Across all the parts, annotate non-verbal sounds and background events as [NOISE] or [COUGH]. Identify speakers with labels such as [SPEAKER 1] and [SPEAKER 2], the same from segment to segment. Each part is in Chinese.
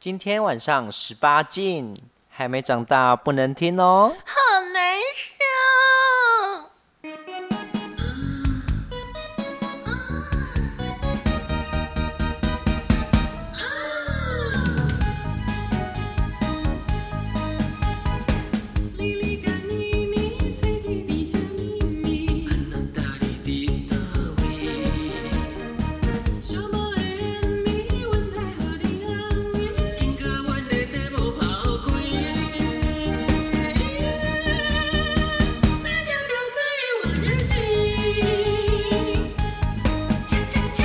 [SPEAKER 1] 今天晚上十八禁，还没长大不能听哦。
[SPEAKER 2] 好难受。
[SPEAKER 3] 哩哩个咪咪，嘴里滴着咪咪。那达哩滴达喂，小猫儿咪，我奈何哩安慰，应该我内在无抛开。那条龙在往日去，恰恰恰。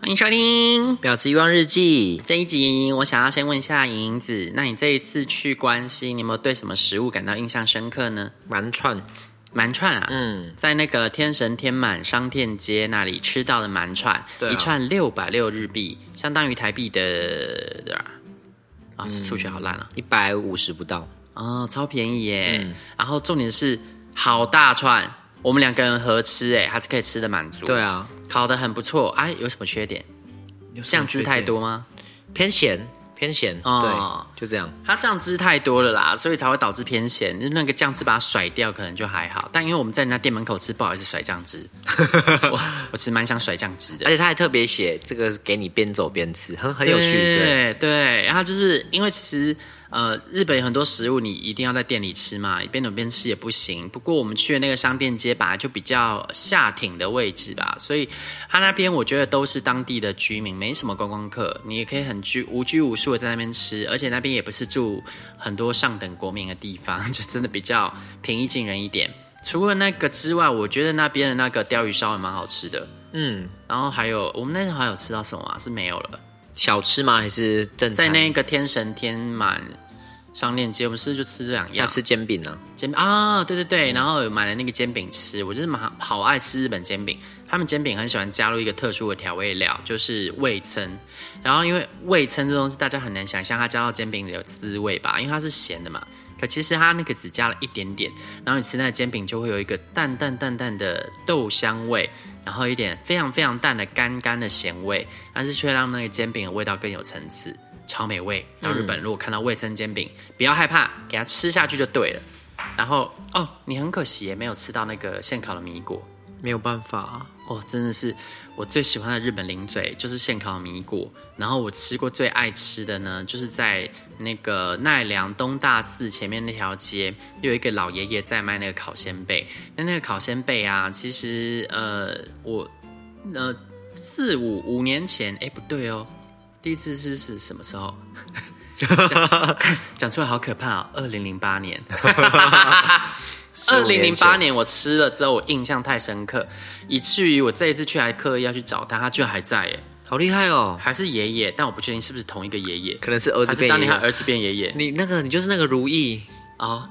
[SPEAKER 4] 欢迎收听
[SPEAKER 1] 表示欲望日记，
[SPEAKER 4] 这一集。我想要先问一下银子，那你这一次去关西，你有没有对什么食物感到印象深刻呢？
[SPEAKER 1] 蛮串，
[SPEAKER 4] 鳗串啊，
[SPEAKER 1] 嗯，
[SPEAKER 4] 在那个天神天满商店街那里吃到的鳗串，
[SPEAKER 1] 对啊
[SPEAKER 4] 一串六百六日币，相当于台币的对吧？
[SPEAKER 1] 嗯
[SPEAKER 4] 啊，数学好烂啊！
[SPEAKER 1] 一百五十不到，
[SPEAKER 4] 哦，超便宜耶！
[SPEAKER 1] 嗯
[SPEAKER 4] 然后重点是好大串，我们两个人合吃哎，还是可以吃的满足。
[SPEAKER 1] 对，啊，
[SPEAKER 4] 烤的很不错。哎、有什么缺点？酱汁太多，吗？
[SPEAKER 1] 偏咸，偏咸，
[SPEAKER 4] 哦
[SPEAKER 1] 对，就这样。
[SPEAKER 4] 它酱汁太多了啦，所以才会导致偏咸。就是那个酱汁把它甩掉，可能就还好。但因为我们在人家店门口吃，不好意思甩酱汁。我我其实蛮想甩酱汁的
[SPEAKER 5] 而。且他还特别写这个是给你边走边吃，很很
[SPEAKER 4] 对
[SPEAKER 5] 有趣。对，
[SPEAKER 4] 对对，然后就是因为其实呃，日本有很多食物你一定要在店里吃嘛，你边走边吃也不行。不过我们去的那个商店街本来就比较下町的位置吧，所以他那边我觉得都是当地的居民，没什么观光客，你也可以很居无拘无束的在那边吃，而且那边也不是住很多上等国民的地方， [LAUGHS] 就真的比较平易近人一点。除了那个之外，我觉得那边的那个鲷鱼烧也蛮好吃的。
[SPEAKER 5] 嗯，
[SPEAKER 4] 然后还有，我们那时候还有吃到什么啊？是没有了。
[SPEAKER 5] 小吃吗？还是正餐？
[SPEAKER 4] 在那个天神天满商店街，我们是不是就吃这两
[SPEAKER 5] 要
[SPEAKER 4] 样，
[SPEAKER 5] 吃煎饼呢、
[SPEAKER 4] 煎饼啊，对对对，然后有买了那个煎饼吃，我就是蛮好爱吃日本煎饼，他们煎饼很喜欢加入一个特殊的调味料，就是味噌，然后因为味噌这东西大家很难想象它加到煎饼里的滋味吧，因为它是咸的嘛。可其实它那个只加了一点点，然后你吃那个煎饼就会有一个淡淡淡淡的豆香味，然后一点非常非常淡的干干的咸味，但是却让那个煎饼的味道更有层次，超美味。到日本如果看到味噌煎饼，不要害怕，给它吃下去就对了。然后哦，你很可惜也没有吃到那个现烤的米果
[SPEAKER 5] 没有办法，
[SPEAKER 4] 哦，真的是我最喜欢的日本零嘴就是现烤米果。然后我吃过最爱吃的呢，就是在那个奈良东大寺前面那条街，有一个老爷爷在卖那个烤鲜贝。那那个烤鲜贝啊，其实呃，我呃四五五年前，哎不对哦，第一次吃是什么时候？哦
[SPEAKER 5] [LAUGHS]
[SPEAKER 4] 讲出来好可怕哦！二零零八年，二
[SPEAKER 5] 15
[SPEAKER 4] 零零
[SPEAKER 5] 年
[SPEAKER 4] 八
[SPEAKER 5] 前
[SPEAKER 4] 年我吃了之后，我印象太深刻，以至于我这一次去还刻意要去找他，他居然还在耶，
[SPEAKER 5] 好厉害哦！
[SPEAKER 4] 还是爷爷，但我不确定是不是同一个爷爷，
[SPEAKER 5] 可能是儿
[SPEAKER 4] 还
[SPEAKER 5] 子
[SPEAKER 4] 是
[SPEAKER 5] 变
[SPEAKER 4] 当
[SPEAKER 5] 爷
[SPEAKER 4] 年他
[SPEAKER 5] 爷。
[SPEAKER 4] 儿子变爷爷
[SPEAKER 5] 你那个，你就是那个如 [LAUGHS] 意
[SPEAKER 4] 哦，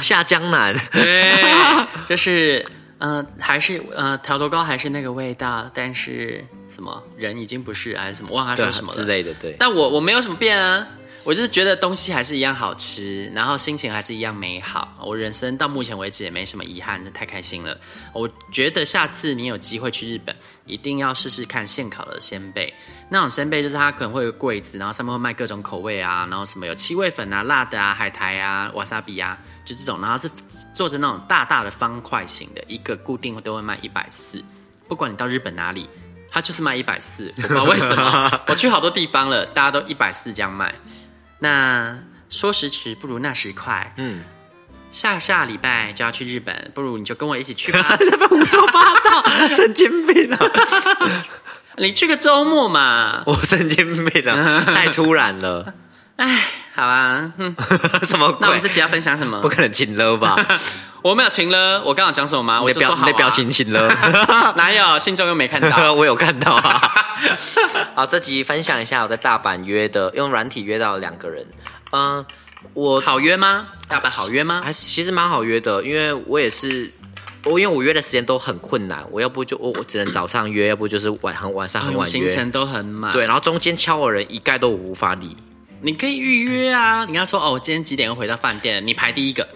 [SPEAKER 5] 下江南，
[SPEAKER 4] 对， [LAUGHS] 就是嗯、呃还是呃调头膏还是那个味道，但是什么人已经不是还是什么，忘了他
[SPEAKER 5] [LAUGHS] 对啊
[SPEAKER 4] 说什么了
[SPEAKER 5] 之类的，对。
[SPEAKER 4] 但我我没有什么变啊，我就是觉得东西还是一样好吃，然后心情还是一样美好。我人生到目前为止也没什么遗憾，真的太开心了。我觉得下次你有机会去日本，一定要试试看现烤的鲜贝。那种鲜贝就是它可能会有柜子，然后上面会卖各种口味啊，然后什么有七味粉啊、辣的啊、海苔啊、瓦萨比啊，就这种，然后是做成那种大大的方块型的，一个固定都会卖一百四，不管你到日本哪里，它就是卖一百四，我不知道为
[SPEAKER 5] [LAUGHS]
[SPEAKER 4] 什么。我去好多地方了，大家都一百四这样卖。那说时迟，不如那时快。嗯，下下礼拜就要去日本，不如你就跟我一起
[SPEAKER 5] [LAUGHS]
[SPEAKER 4] 去吧。
[SPEAKER 5] 胡说八道，神经病啊！
[SPEAKER 4] 你去个周末嘛。
[SPEAKER 5] [LAUGHS] 我神经病啊！太突然了，
[SPEAKER 4] 哎，好啊。嗯，
[SPEAKER 5] 什么鬼？
[SPEAKER 4] 那我们这集要分享什
[SPEAKER 5] 不
[SPEAKER 4] 么？
[SPEAKER 5] 可能请了 [LAUGHS] 吧？
[SPEAKER 4] 我没有情了，我刚好讲什么吗？我
[SPEAKER 5] 你
[SPEAKER 4] 就
[SPEAKER 5] 的
[SPEAKER 4] 说
[SPEAKER 5] 表，
[SPEAKER 4] 好、
[SPEAKER 5] 你
[SPEAKER 4] 啊。
[SPEAKER 5] 的表情 [LAUGHS] 请了。
[SPEAKER 4] 哪有？信中又没看到。
[SPEAKER 5] 我有看到啊。好，这集分享一下我在大阪约的，用软体约到两个人。嗯， [LAUGHS] 我
[SPEAKER 4] 好约吗？大阪好约吗？
[SPEAKER 5] 还其实蛮好约的，因为我也是。我因为我约的时间都很困难，我要不就我我只能早上约，要不就是晚很晚上
[SPEAKER 4] 哎
[SPEAKER 5] 很
[SPEAKER 4] 我们
[SPEAKER 5] 晚
[SPEAKER 4] 行
[SPEAKER 5] 约。
[SPEAKER 4] 程都很满。
[SPEAKER 5] 对，，然后中间敲我人一概都无法理，
[SPEAKER 4] 你可以预约啊。你跟他说哦，我今天几点会回到饭店？你排第一个。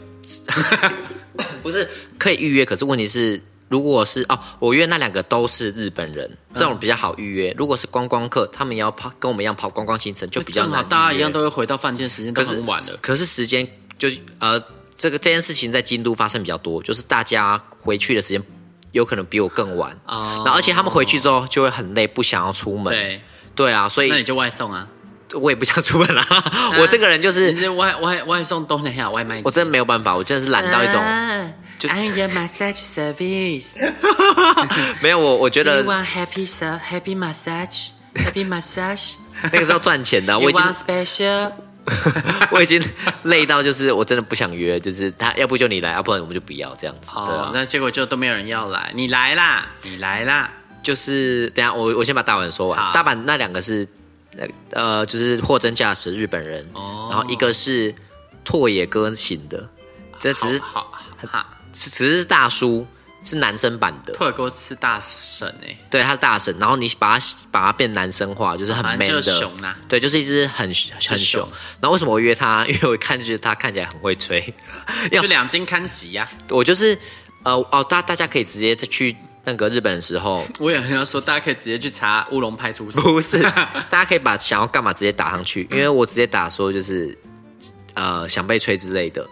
[SPEAKER 5] 不是可以预约，可是问题是如果是哦，我约那两个都是日本人，
[SPEAKER 4] 嗯
[SPEAKER 5] 这种比较好预约。如果是观光客，他们也要跑跟我们一样跑观光行程，就比较
[SPEAKER 4] 正好
[SPEAKER 5] 难。
[SPEAKER 4] 大家一样都会回到饭店，时间都
[SPEAKER 5] 可是
[SPEAKER 4] 很晚了。
[SPEAKER 5] 可是时间就呃，这个这件事情在京都发生比较多，就是大家回去的时间有可能比我更晚
[SPEAKER 4] 哦
[SPEAKER 5] 然后而且他们回去之后就会很累，不想要出门。
[SPEAKER 4] 对，
[SPEAKER 5] 对啊，所
[SPEAKER 4] 那你
[SPEAKER 5] 以
[SPEAKER 4] 就外送啊！
[SPEAKER 5] 我也不想出门
[SPEAKER 4] [LAUGHS]
[SPEAKER 5] 啦、我这个人就
[SPEAKER 4] 你
[SPEAKER 5] 是
[SPEAKER 4] 是外外外送东南亚外卖机，
[SPEAKER 5] 我真的没有办法，我真的是懒到一
[SPEAKER 4] 啊
[SPEAKER 5] 种就
[SPEAKER 4] I am massage service.
[SPEAKER 5] 没有我，我 [LAUGHS] 觉
[SPEAKER 4] You
[SPEAKER 5] 得
[SPEAKER 4] want happy so happy massage, happy massage.
[SPEAKER 5] 那个是要赚钱 [LAUGHS] 的啊，我
[SPEAKER 4] You
[SPEAKER 5] 已经
[SPEAKER 4] want special?
[SPEAKER 5] [LAUGHS] 我已经累到，就是我真的不想约，就是他要不就你来，要不然我们就不要这样子。对
[SPEAKER 4] 哦
[SPEAKER 5] 啊，，
[SPEAKER 4] 那结果就都没有人要来，你来啦，你来啦。
[SPEAKER 5] 就是等一下我我先把大阪说
[SPEAKER 4] 好
[SPEAKER 5] 完。大阪那两个是，呃呃，就是货真价实日本人，
[SPEAKER 4] 哦
[SPEAKER 5] 然后一个是拓野哥型的，这只是
[SPEAKER 4] 好好好，
[SPEAKER 5] 只只是大叔，是男生版的，
[SPEAKER 4] 托尔哥是大神哎，
[SPEAKER 5] 对，他是大神。然后你把他把他变男生化，就是很
[SPEAKER 4] 反
[SPEAKER 5] man
[SPEAKER 4] 正
[SPEAKER 5] 的
[SPEAKER 4] 就是熊啊
[SPEAKER 5] 对，就是一只很很
[SPEAKER 4] 熊
[SPEAKER 5] 熊。然后为什么我约他？ [LAUGHS] 因为我看就是他看起来很会吹，要
[SPEAKER 4] 就两斤看啊吉呀。
[SPEAKER 5] 我就是呃哦，大大家可以直接再去那个日本的时
[SPEAKER 4] [LAUGHS]
[SPEAKER 5] 候，
[SPEAKER 4] 我也很想说，大家可以直接去查乌龙派出所。
[SPEAKER 5] 不 [LAUGHS] 是，大家可以把想要干嘛直接打上去，因为我直接打说就是呃想被吹之类的，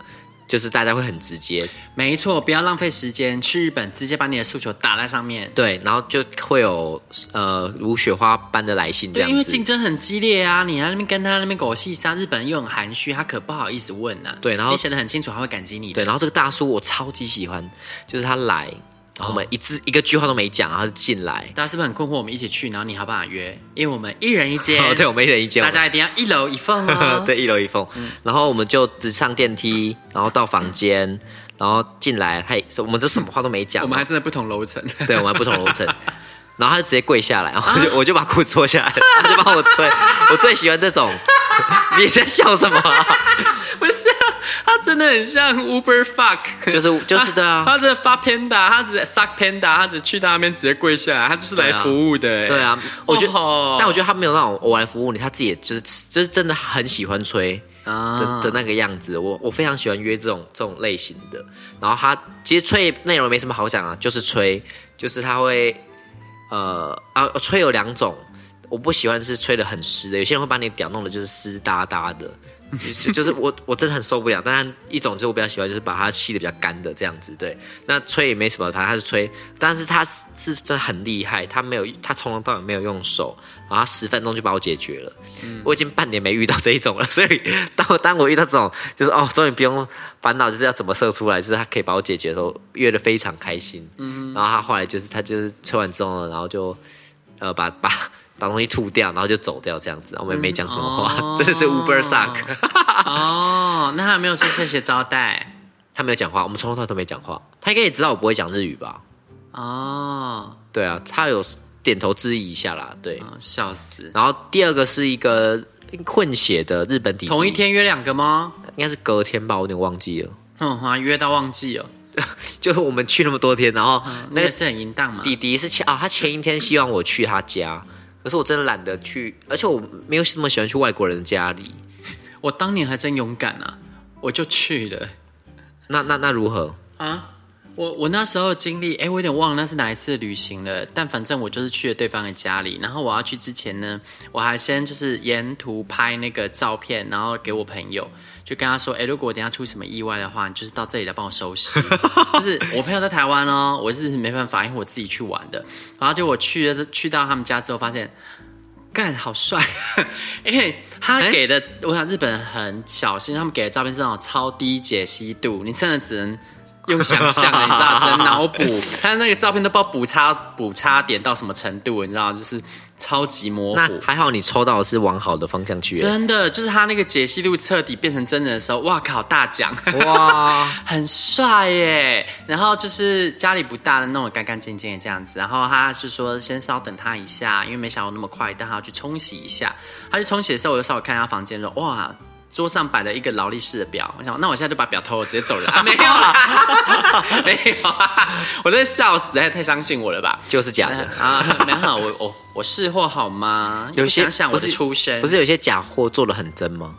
[SPEAKER 5] 就是大家会很直接，
[SPEAKER 4] 没错，不要浪费时间，去日本直接把你的诉求打在上面。
[SPEAKER 5] 对，然后就会有呃如雪花般的来信这
[SPEAKER 4] 对，
[SPEAKER 5] 样
[SPEAKER 4] 因为
[SPEAKER 5] 子
[SPEAKER 4] 竞。争很激烈啊，你在那边跟他那边狗戏杀，日本人又很含蓄，他可不好意思问呐、啊。
[SPEAKER 5] 对然后
[SPEAKER 4] 你写的很清楚，他会感激你的。
[SPEAKER 5] 对，然后这个大叔我超级喜欢，就是他来，然后我们一字、一个句话都没讲，然后就进
[SPEAKER 4] [LAUGHS]
[SPEAKER 5] 来。
[SPEAKER 4] 大家是不是很困惑？我们一起去，然后你还不好约？因为我们一人一 [LAUGHS] 间，
[SPEAKER 5] 哦， [LAUGHS] 对，我们一人一间，
[SPEAKER 4] 大家一定要一楼一缝 [LAUGHS] 哦。，
[SPEAKER 5] [LAUGHS] 对，一楼一缝。然后我们就只上电梯，然后到房间，然后进来，他也是我们这什么话都没讲，
[SPEAKER 4] 我们还真的不同楼层。
[SPEAKER 5] 对，我们还不同楼层。然后他就直接跪下来，然后我就、我就把裤子脱下来，他就帮我
[SPEAKER 4] [LAUGHS]
[SPEAKER 5] 吹。我最喜欢这种， [LAUGHS] 你在笑什么啊、
[SPEAKER 4] [LAUGHS] 不是啊，他真的很像 Uber fuck，
[SPEAKER 5] 就是就是的啊
[SPEAKER 4] [LAUGHS] 他他只发 panda，他只 suck panda，他只去他那边直接跪下来，他就是来
[SPEAKER 5] 对啊
[SPEAKER 4] 服务的、欸
[SPEAKER 5] 对啊，我觉得，
[SPEAKER 4] 哦
[SPEAKER 5] 但我觉得他没有那种我来服务你，他自己也就是就是真的很喜欢吹
[SPEAKER 4] 啊
[SPEAKER 5] 的的那个样子。我我非常喜欢约这种这种类型的。然后他其实吹内容没什么好讲啊，就是吹，就是他会呃啊吹有两种，我不喜欢是吹的很湿的，有些人会把你屌弄的就是湿哒哒的。就就是我我真的很受不了，但一种就是我比较喜欢，就是把它吸的比较干的这样子。对，那吹也没什么，反正他是吹，但是他是是真的很厉害，他没有他从头到尾没有用手，然后十分钟就把我解决了。我已经半年没遇到这一种了，所以当当我遇到这种，就是哦，终于不用烦恼，就是要怎么射出来，就是他可以把我解决的时候，约的非常开心。嗯，然后他后来就是他就是吹完之后呢，然后就呃把把。把东西吐掉，然后就走掉，这样子，我们也没讲什么话，
[SPEAKER 4] 哦
[SPEAKER 5] [LAUGHS] 真的是 Uber suck。
[SPEAKER 4] 哦，那他没有说谢谢招待
[SPEAKER 5] 他没有讲话，我们从头到尾都没讲话。他应该也知道我不会讲日语吧？
[SPEAKER 4] 哦，
[SPEAKER 5] 对啊，他有点头致意一下啦。对，
[SPEAKER 4] 哦笑死！
[SPEAKER 5] 然后第二个是一个混血的日本弟弟，
[SPEAKER 4] 同一天约两个吗？
[SPEAKER 5] 应该是隔天吧，我有点忘记了。 [LAUGHS]
[SPEAKER 4] 哼，好像约到忘记哦，
[SPEAKER 5] 就是我们去那么多天，然后
[SPEAKER 4] 啊那
[SPEAKER 5] 那
[SPEAKER 4] 个
[SPEAKER 5] 个
[SPEAKER 4] 是很淫荡嘛？
[SPEAKER 5] 弟弟是前啊，他前一天希望我去他家，可是我真的懒得去，而且我没有那么喜欢去外国人家里。
[SPEAKER 4] 我当年还真勇敢啊，我就去了
[SPEAKER 5] 那那那如何？
[SPEAKER 4] 啊。我我那时候的经历，哎，我有点忘了那是哪一次旅行了，但反正我就是去了对方的家里。然后我要去之前呢，我还先就是沿途拍那个照片，然后给我朋友，就跟他说，哎，如果我等一下出什么意外的话，你就是到这里来帮我收拾。 [LAUGHS] 就是我朋友在台湾哦，我是没办法，因为我自己去玩的。然后结果我去了去到他们家之后，发现干好帅， [LAUGHS] 因为他给的，我想日本人很小心，他们给的照片是那种超低解析度，你真的只能用想象的，你知道，只能脑补。他那个照片都不知道补差补差点到什么程度，你知道，就是超级模
[SPEAKER 5] 那
[SPEAKER 4] 糊。
[SPEAKER 5] 还好你抽到的是往好的方向去。
[SPEAKER 4] 真的，就是他那个解析度彻底变成真人的时候，哇靠，大奖！
[SPEAKER 5] 哇，
[SPEAKER 4] 很帅耶。然后就是家里不大的，弄得干干净净的这样子。然后他是说先稍等他一下，因为没想到那么快，但他要去冲洗一下。他去冲洗的时候，我就稍微看他房间说，哇。桌上摆了一个劳力士的表，我想，那我现在就把表偷了，直接走人啊？没有啦，没有啊， [LAUGHS] 我真的笑死，太太相信我了吧？
[SPEAKER 5] 就是假
[SPEAKER 4] [LAUGHS]
[SPEAKER 5] 的。
[SPEAKER 4] 啊，没有啊，我我我识货好吗？
[SPEAKER 5] 有些
[SPEAKER 4] 想想我
[SPEAKER 5] 不
[SPEAKER 4] 的
[SPEAKER 5] 是
[SPEAKER 4] 出身，
[SPEAKER 5] 不是有些假货做的很真吗？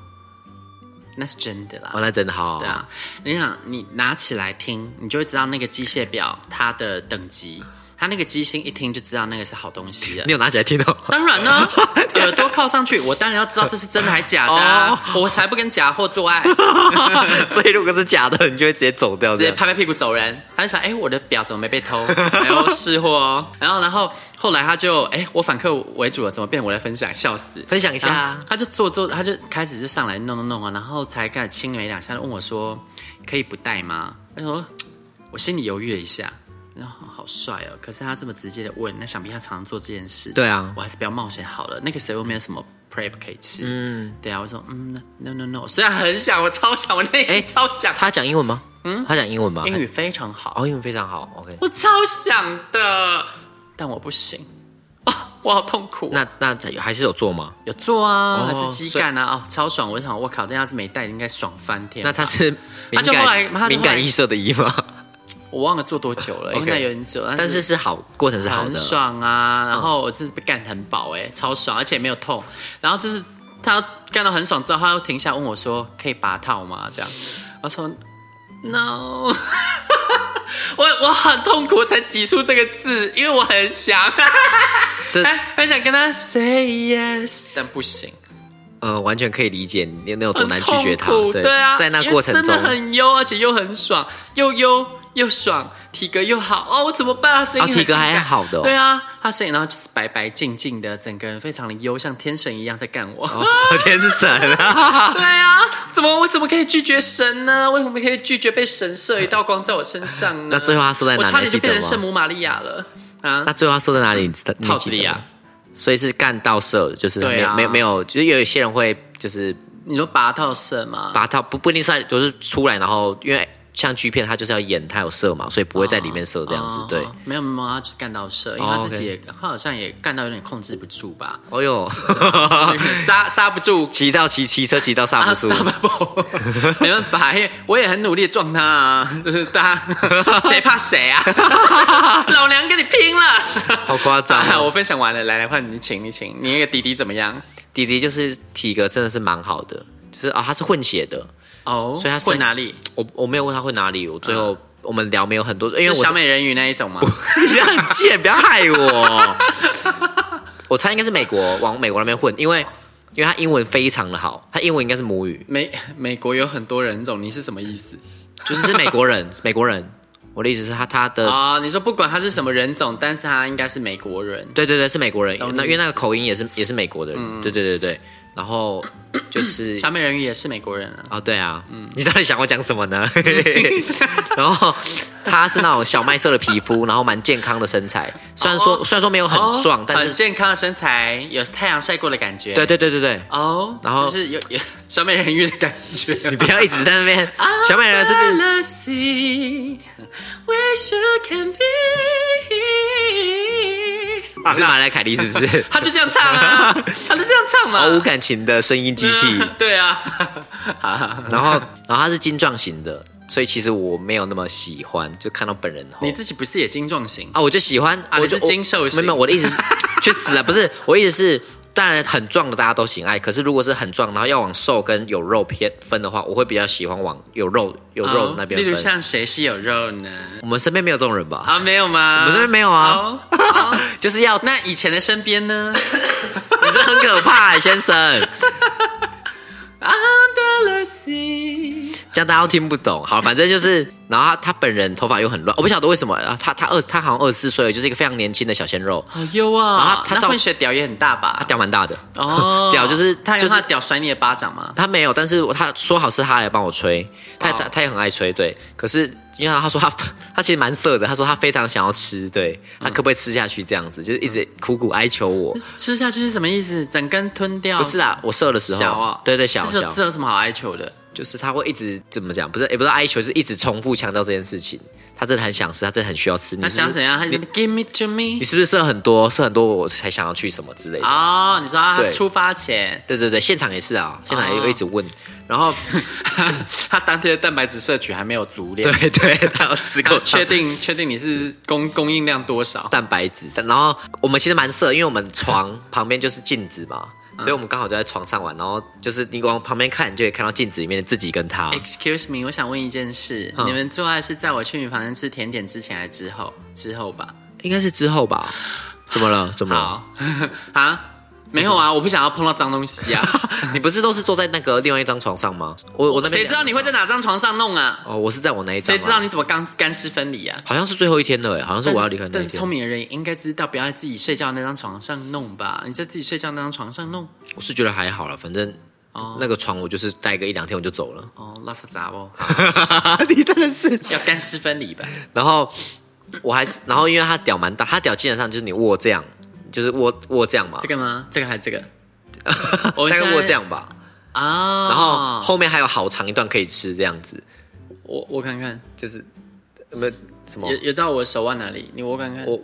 [SPEAKER 4] 那是真的啦。
[SPEAKER 5] 哦，那真的好，
[SPEAKER 4] 对啊，你想你拿起来听，你就会知道那个机械表它的等级，它那个机芯一听就知道那个是好东西了
[SPEAKER 5] 你。有拿起来听 [LAUGHS] 哦。
[SPEAKER 4] 当然呢、耳朵靠上去，我当然要知道这是真的还假的、啊，我才不跟假货做爱，
[SPEAKER 5] 所以如果是假的，你就会直接走掉，
[SPEAKER 4] 直接拍拍屁股走人。他就想，哎、我的表怎么没被
[SPEAKER 5] [LAUGHS]
[SPEAKER 4] 偷？然后是货哦，然后然后后来他就，哎、我反客为主了，怎么变我来分享？笑死！
[SPEAKER 5] 分享一下
[SPEAKER 4] 然
[SPEAKER 5] 啊
[SPEAKER 4] 后。他就做做，他就开始就上来弄弄弄啊，然后才开始轻了一两下，就问我说：“可以不戴吗？”他说：“嘖我心里犹豫了一下，然后好帅哦，可是他这么直接的问，那想必他常常做这件事。
[SPEAKER 5] 对啊
[SPEAKER 4] 我还是不要冒险好了。那个时候又没有什么 prep 可以吃，嗯，对啊，我说嗯，no no no，虽然很想，我超想，我内心
[SPEAKER 5] 哎
[SPEAKER 4] 超想，
[SPEAKER 5] 他讲英文吗？嗯，他讲英文吗？
[SPEAKER 4] 英语非常好，
[SPEAKER 5] 哦，英文非常好。OK，
[SPEAKER 4] 我超想的，但我不行啊，我好痛苦。
[SPEAKER 5] 那那还是有做吗？
[SPEAKER 4] 有做啊，
[SPEAKER 5] 哦
[SPEAKER 4] 还是肌感啊，哦，超爽！我想，我靠，但要是没带，应该爽翻天吧。
[SPEAKER 5] 那他是
[SPEAKER 4] 他
[SPEAKER 5] 敏
[SPEAKER 4] 就后来他就后来
[SPEAKER 5] 感敏感医社的医吗？
[SPEAKER 4] 我忘了做多久了，
[SPEAKER 5] OK
[SPEAKER 4] 应该有点久，
[SPEAKER 5] [LAUGHS] 但是是好，过程是好
[SPEAKER 4] 很
[SPEAKER 5] 的。
[SPEAKER 4] 爽啊。然后我真是被干得很饱哎、超爽，而且没有痛。然后就是他干到很爽之后，他又停下来问我说：“可以拔套吗？”这样，我说：“No 。” [LAUGHS] 我我很痛苦，我才挤出这个字，因为我很想，
[SPEAKER 5] 这
[SPEAKER 4] [LAUGHS] 很很想跟他 say yes，但不行。
[SPEAKER 5] 呃，完全可以理解你那有多
[SPEAKER 4] 很
[SPEAKER 5] 难拒
[SPEAKER 4] 痛
[SPEAKER 5] 绝他。
[SPEAKER 4] 苦对啊，
[SPEAKER 5] 在那
[SPEAKER 4] 因为
[SPEAKER 5] 过程中，
[SPEAKER 4] 真的很优，而且又很爽，又优又爽，体格又好哦，我怎么办啊？声音
[SPEAKER 5] 哦体格
[SPEAKER 4] 很性感
[SPEAKER 5] 还好的哦
[SPEAKER 4] 对啊，他声音然后就是白白净净的，整个人非常的优，像天神一样在干我。
[SPEAKER 5] 哦天神 [LAUGHS] 啊！
[SPEAKER 4] [LAUGHS] 对啊，怎么我怎么可以拒绝神呢？为什么可以拒绝被神射一道光在我身上呢？
[SPEAKER 5] 那最后他射在哪
[SPEAKER 4] 我
[SPEAKER 5] 里
[SPEAKER 4] 差点就
[SPEAKER 5] 还记得
[SPEAKER 4] 变成
[SPEAKER 5] 吗
[SPEAKER 4] 圣母玛利亚了啊！
[SPEAKER 5] 那最后他射在哪里？你知道？你
[SPEAKER 4] 套子
[SPEAKER 5] 记
[SPEAKER 4] 里
[SPEAKER 5] 得
[SPEAKER 4] 啊
[SPEAKER 5] 吗？所以是干到射，就是没
[SPEAKER 4] 对啊
[SPEAKER 5] 有没有没有，就是有一些人会就是
[SPEAKER 4] 你说拔套射吗？
[SPEAKER 5] 把它不不一定是在就是出来，然后因为像 G 片，它就是要演它有射嘛，所以不会在里面射这样子。
[SPEAKER 4] 哦
[SPEAKER 5] 对，，
[SPEAKER 4] 没有没有，他就是干到射，因为
[SPEAKER 5] 哦
[SPEAKER 4] 他自己
[SPEAKER 5] OK
[SPEAKER 4] 也，他好像也干到有点控制不住
[SPEAKER 5] [LAUGHS]
[SPEAKER 4] 吧，
[SPEAKER 5] 哦哟，
[SPEAKER 4] 刹刹不住，
[SPEAKER 5] 骑到骑骑车骑到刹
[SPEAKER 4] 啊，
[SPEAKER 5] 不住
[SPEAKER 4] 刹，不住，没办法，因为我也很努力地撞他啊，就是大家谁怕谁啊？老娘跟你拼了！
[SPEAKER 5] 好夸
[SPEAKER 4] [LAUGHS]
[SPEAKER 5] 张
[SPEAKER 4] 啊我
[SPEAKER 5] 哦！
[SPEAKER 4] 分享完了，来来换你请你请，你那个弟弟怎么样？
[SPEAKER 5] 弟弟就是体格真的是蛮好的，就是啊、他是混血的，
[SPEAKER 4] 哦，
[SPEAKER 5] 所以他身
[SPEAKER 4] 混哪里？
[SPEAKER 5] 我我没有问他会哪里，我最后、我们聊没有很多，因为
[SPEAKER 4] 是
[SPEAKER 5] 我是
[SPEAKER 4] 小美人鱼那一种吗？
[SPEAKER 5] [LAUGHS] 你这样很贱，不要害我。 [LAUGHS] 我猜应该是美国往美国那边混，因为因为他英文非常的好，他英文应该是母语，
[SPEAKER 4] [LAUGHS] 美美国有很多人种，你是什么意思
[SPEAKER 5] 就是是美国人，美国人。我的意思是他他的、
[SPEAKER 4] 啊、你说不管他是什么人种，但是他应该是美国人。
[SPEAKER 5] 对对对是美国人
[SPEAKER 4] 懂，你
[SPEAKER 5] 那
[SPEAKER 4] 意
[SPEAKER 5] 因为那个口音也是也是美国的人，
[SPEAKER 4] 嗯
[SPEAKER 5] 对对对对。然后就是
[SPEAKER 4] 小美人鱼也是美国人啊。
[SPEAKER 5] 哦对啊，你到底想我讲什么呢？ [LAUGHS] 然后他是那种小麦色的皮
[SPEAKER 4] [LAUGHS]
[SPEAKER 5] 肤，然后蛮健康的身材，虽然说、
[SPEAKER 4] 哦
[SPEAKER 5] 虽然说没有很壮，
[SPEAKER 4] 哦
[SPEAKER 5] 但
[SPEAKER 4] 很
[SPEAKER 5] 是
[SPEAKER 4] 健康的身材，有太阳晒过的感觉。
[SPEAKER 5] 对对对对对。
[SPEAKER 4] 哦，
[SPEAKER 5] 然后
[SPEAKER 4] 就是有 [LAUGHS] 有小美人鱼的感觉。
[SPEAKER 5] 你不要一
[SPEAKER 4] [LAUGHS]
[SPEAKER 5] 直在那边，
[SPEAKER 4] 啊
[SPEAKER 5] 小美人是不是
[SPEAKER 4] Jealousy, wish you can be
[SPEAKER 5] 你是马来凯莉是不
[SPEAKER 4] [LAUGHS]？
[SPEAKER 5] 是
[SPEAKER 4] 他就这样唱
[SPEAKER 5] [LAUGHS]
[SPEAKER 4] 啊，他就这样唱嘛。
[SPEAKER 5] 毫无感情的声音机器。
[SPEAKER 4] [LAUGHS]
[SPEAKER 5] [LAUGHS]
[SPEAKER 4] 对啊，好
[SPEAKER 5] 然后，然后他是精壮型的，所以其实我没有那么喜欢，就看到本人后
[SPEAKER 4] 你自己不是也精壮型？
[SPEAKER 5] 啊，我就喜欢，
[SPEAKER 4] 啊
[SPEAKER 5] 我就
[SPEAKER 4] 你是精瘦型
[SPEAKER 5] 没有没有，我的意思
[SPEAKER 4] [LAUGHS]
[SPEAKER 5] 是去死啊！不是，我意思是，当然很壮的大家都喜爱，可是如果是很壮，然后要往瘦跟有肉偏分的话，我会比较喜欢往有肉有肉的那边
[SPEAKER 4] 哦例如
[SPEAKER 5] 分。
[SPEAKER 4] 像谁是有肉呢？
[SPEAKER 5] 我们身边没有这种人吧？ [LAUGHS]
[SPEAKER 4] 啊，没有吗？
[SPEAKER 5] 我们这边没有啊
[SPEAKER 4] 哦
[SPEAKER 5] [LAUGHS]
[SPEAKER 4] 哦
[SPEAKER 5] 就是要，
[SPEAKER 4] 那以前的身边
[SPEAKER 5] [LAUGHS]
[SPEAKER 4] 呢？
[SPEAKER 5] 你真的很可怕、欸，先生，
[SPEAKER 4] Jealousy
[SPEAKER 5] 这样大家都听不懂。好，反正就是，然后他他本人头发又很乱，我不晓得为什么啊，他他二他好像二十四岁了，就是一个非常年轻的小鲜肉，
[SPEAKER 4] 好优
[SPEAKER 5] 哦然
[SPEAKER 4] 啊！
[SPEAKER 5] 后他
[SPEAKER 4] 那
[SPEAKER 5] 照
[SPEAKER 4] 混血屌也很大
[SPEAKER 5] 他
[SPEAKER 4] 吧？
[SPEAKER 5] 屌蛮大的，
[SPEAKER 4] [LAUGHS] 哦
[SPEAKER 5] 屌就是
[SPEAKER 4] 他用
[SPEAKER 5] 就是
[SPEAKER 4] 他的屌甩你的巴掌吗？
[SPEAKER 5] 他没有，但是他说好是他来帮我吹，他、
[SPEAKER 4] 哦
[SPEAKER 5] 他他也很爱吹，对。可是因为他说他 [LAUGHS] 他其实蛮色的，他说他非常想要吃，对，他可不可以吃下去这样子，就是一直苦苦哀求我。
[SPEAKER 4] 吃下去是什么意思？整根吞掉？
[SPEAKER 5] 不是啊，我射的时候，
[SPEAKER 4] 小啊，
[SPEAKER 5] 对对小
[SPEAKER 4] 这
[SPEAKER 5] 小，
[SPEAKER 4] 这有什么好哀求的？
[SPEAKER 5] 就是他会一直怎么讲，不是也不是哀求，是一直重复强调这件事情。他真的很想吃，他真的很需要吃。你
[SPEAKER 4] 他
[SPEAKER 5] 是不是
[SPEAKER 4] 想怎样？他就
[SPEAKER 5] 你
[SPEAKER 4] give me to
[SPEAKER 5] 你
[SPEAKER 4] me
[SPEAKER 5] 是不是射很多？射很多我才想要去什么之类的。
[SPEAKER 4] 哦，你说他
[SPEAKER 5] 对
[SPEAKER 4] 出
[SPEAKER 5] [LAUGHS]
[SPEAKER 4] 发前，
[SPEAKER 5] 对对对，现场也是啊，现场也
[SPEAKER 4] 哦
[SPEAKER 5] 会一直问，然后
[SPEAKER 4] 他当天的蛋白质摄取还没有足量，
[SPEAKER 5] 对对， [LAUGHS] 他有吃
[SPEAKER 4] 他
[SPEAKER 5] 够
[SPEAKER 4] 确定确定你是供供应量多少？
[SPEAKER 5] 蛋白质，但然后我们其实蛮色，因为我们床旁边就是镜子嘛，
[SPEAKER 4] 嗯
[SPEAKER 5] 所以我们刚好就在床上玩，然后就是你往旁边看，你就可以看到镜子里面的自己跟他。
[SPEAKER 4] Excuse me，我想问一件事，
[SPEAKER 5] 嗯
[SPEAKER 4] 你们做爱是在我去你房间吃甜点之前还是之后？之后吧。
[SPEAKER 5] 应该是之后吧？怎么 [LAUGHS] 了？怎么了？
[SPEAKER 4] 好 [LAUGHS] 啊，没有啊，我不想要碰到脏东西啊。
[SPEAKER 5] 你不是都是坐在那个另外一张床上吗？我我那边
[SPEAKER 4] 谁知道你会在哪张床上弄啊？
[SPEAKER 5] 哦，我是在我那一张啊。
[SPEAKER 4] 谁知道你怎么干干湿分离啊？
[SPEAKER 5] 好像是最后一天了哎，好像是我要离开那
[SPEAKER 4] 但
[SPEAKER 5] 一
[SPEAKER 4] 是
[SPEAKER 5] 天。
[SPEAKER 4] 聪明的人应该知道，不要在自己睡觉那张床上弄吧。你在自己睡觉那张床上弄，
[SPEAKER 5] 我是觉得还好了，反正
[SPEAKER 4] 哦
[SPEAKER 5] 那个床我就是待个一两天我就走
[SPEAKER 4] [LAUGHS]
[SPEAKER 5] 了。
[SPEAKER 4] 哦，拉圾杂哦，
[SPEAKER 5] 你真的是。
[SPEAKER 4] 要干湿分
[SPEAKER 5] [LAUGHS]
[SPEAKER 4] 离吧。
[SPEAKER 5] 然后我还是，然后因为他屌蛮大，他屌基本上就是你握这样，就是握握这样嘛
[SPEAKER 4] 这，个吗？这个还是
[SPEAKER 5] [LAUGHS]
[SPEAKER 4] 这个？我
[SPEAKER 5] 大
[SPEAKER 4] 现
[SPEAKER 5] 概
[SPEAKER 4] 在
[SPEAKER 5] 握这样吧。
[SPEAKER 4] 啊。
[SPEAKER 5] 然后后面还有好长一段可以吃，这样子
[SPEAKER 4] 我我看看，
[SPEAKER 5] 就是有没有什么
[SPEAKER 4] 有？有到我手腕哪里？你我看看。
[SPEAKER 5] 我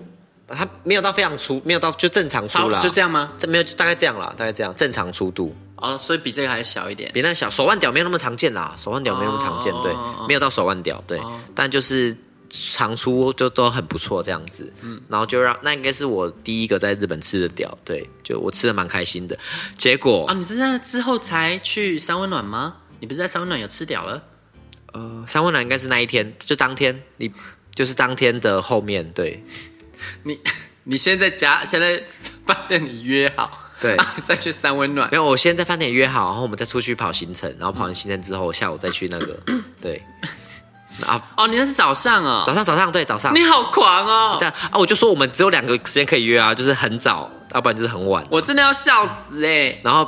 [SPEAKER 5] 啊他没有到非常粗，没有到就正常粗
[SPEAKER 4] 超
[SPEAKER 5] 啦，
[SPEAKER 4] 就这样吗？
[SPEAKER 5] 这没有，就大概这样啦，大概这样正常粗度，
[SPEAKER 4] 哦，所以比这个还小一点。
[SPEAKER 5] 比那小手腕屌没有那么常见啦，手腕屌没有那么常见，
[SPEAKER 4] 哦
[SPEAKER 5] 对，没有到手腕屌，对，但就是长粗就都很不错这样子，嗯，然后就让那应该是我第一个在日本吃的屌，对，就我吃的蛮开心的，结果、
[SPEAKER 4] 啊，你是在之后才去三温暖吗？你不是在三温暖有吃屌了？
[SPEAKER 5] 三温暖应该是那一天，就当天你就是当天的后面，对
[SPEAKER 4] 你 [LAUGHS] 你现在家现在饭店里约好，
[SPEAKER 5] 对。
[SPEAKER 4] 啊 [LAUGHS] 再去三温暖
[SPEAKER 5] 没。有，我先在饭店约好，然后我们再出去跑行程，然后跑完行程之后，下午再去那个，对，啊，
[SPEAKER 4] 哦，你那是早上哦，
[SPEAKER 5] 早上早上对早上，
[SPEAKER 4] 你好狂哦！
[SPEAKER 5] 但啊，我就说我们只有两个时间可以约啊，就是很早，要不然就是很晚。
[SPEAKER 4] 我真的要笑死哎、欸！
[SPEAKER 5] 然后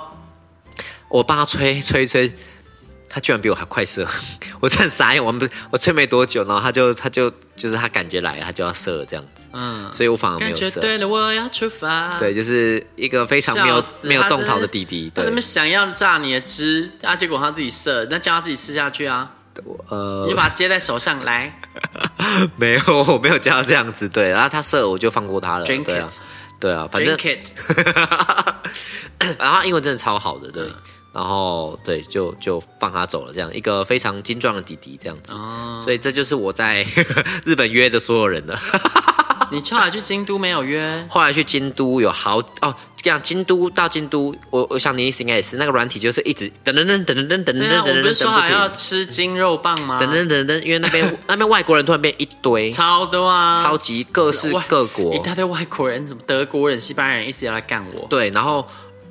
[SPEAKER 5] 我帮他吹吹一吹，他居然比我还快射， [LAUGHS] 我真的傻眼。我们我吹没多久，然后他就他就就是他感觉来了，他就要射了这样子，
[SPEAKER 4] 嗯，
[SPEAKER 5] 所以我反而没
[SPEAKER 4] 感
[SPEAKER 5] 有
[SPEAKER 4] 觉
[SPEAKER 5] 射。
[SPEAKER 4] 对了，我要出发。
[SPEAKER 5] 对，就是一个非常没
[SPEAKER 4] 笑
[SPEAKER 5] 有
[SPEAKER 4] 死，
[SPEAKER 5] 没有
[SPEAKER 4] 他
[SPEAKER 5] 动
[SPEAKER 4] 真
[SPEAKER 5] 桃的弟弟。
[SPEAKER 4] 他
[SPEAKER 5] 对
[SPEAKER 4] 那，么想要榨你的汁，啊，结果他自己射，那叫他自己吃下去啊！
[SPEAKER 5] 呃
[SPEAKER 4] 你就把它接在手
[SPEAKER 5] [LAUGHS]
[SPEAKER 4] 上来
[SPEAKER 5] 没有，我没有叫他这样子。对，然后他射我就放过他了。
[SPEAKER 4] ，drink
[SPEAKER 5] 对啊，
[SPEAKER 4] it，drink
[SPEAKER 5] 对啊，反正
[SPEAKER 4] it，
[SPEAKER 5] [LAUGHS] 然后他英文真的超好的，对。然后对，就就放他走了，这样一个非常精壮的弟弟，这样子。
[SPEAKER 4] 嗯
[SPEAKER 5] 所以这就是我在 [LAUGHS] 日本约的所有人了。
[SPEAKER 4] [LAUGHS] 你后来去京都没有
[SPEAKER 5] [LAUGHS]
[SPEAKER 4] 约？
[SPEAKER 5] 后来去京都有好哦，这样京都到京都，我我想你意思应该也是那个软体，就是一直噔噔噔噔噔噔噔噔
[SPEAKER 4] 对啊，
[SPEAKER 5] 噔
[SPEAKER 4] 我
[SPEAKER 5] 噔
[SPEAKER 4] 不是
[SPEAKER 5] 噔
[SPEAKER 4] 说好要
[SPEAKER 5] 噔 [LAUGHS]
[SPEAKER 4] 吃精肉棒吗？
[SPEAKER 5] 不停噔噔噔噔，因为那
[SPEAKER 4] [LAUGHS]
[SPEAKER 5] 边那边外国人突然变一堆，
[SPEAKER 4] 超多啊，
[SPEAKER 5] 超级各式
[SPEAKER 4] 外
[SPEAKER 5] 各国
[SPEAKER 4] 一，大堆外国人，什么德国人、西班牙人一直要来干我。
[SPEAKER 5] 对，然后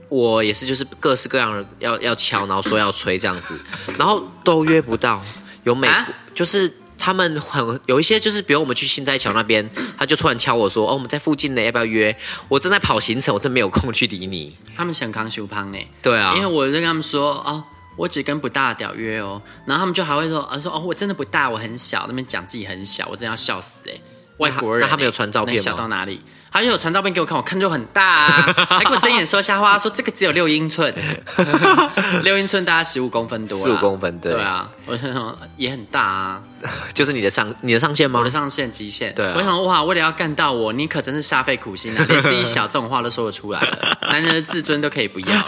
[SPEAKER 5] 我也是就是各式各样的要要敲，然后说要吹这样子，然后都约不到。有美国、
[SPEAKER 4] 啊
[SPEAKER 5] 就是他们很有一些就是，比如我们去新斋桥那边，他就突然敲我说：“哦，我们在附近呢，要不要约？”我正在跑行程，我真没有空去理你。
[SPEAKER 4] 他们想扛修胖呢，
[SPEAKER 5] 对啊
[SPEAKER 4] 因为我就跟他们说哦。我只跟不大的屌约哦，然后他们就还会说，啊说哦，我真的不大，我很小，那边讲自己很小，我真的要笑死哎、外国人欸、
[SPEAKER 5] 那他们有传照片吗
[SPEAKER 4] 能小到哪里？他就有传照片给我看，我看就很大
[SPEAKER 5] [LAUGHS]
[SPEAKER 4] 啊，还给我睁眼说瞎话，说这个只有六英寸，六英寸大概十五公分多啦，
[SPEAKER 5] 15公分对
[SPEAKER 4] 对啊，我就想也很大啊，
[SPEAKER 5] 就是你的上你的上线吗？
[SPEAKER 4] 我的上限极限。
[SPEAKER 5] 对啊
[SPEAKER 4] 我想哇，为了要干到我，你可真是煞费苦心啊，连自己小这种话都说得出
[SPEAKER 5] [LAUGHS]
[SPEAKER 4] 来了，男人的自尊都可以不要了。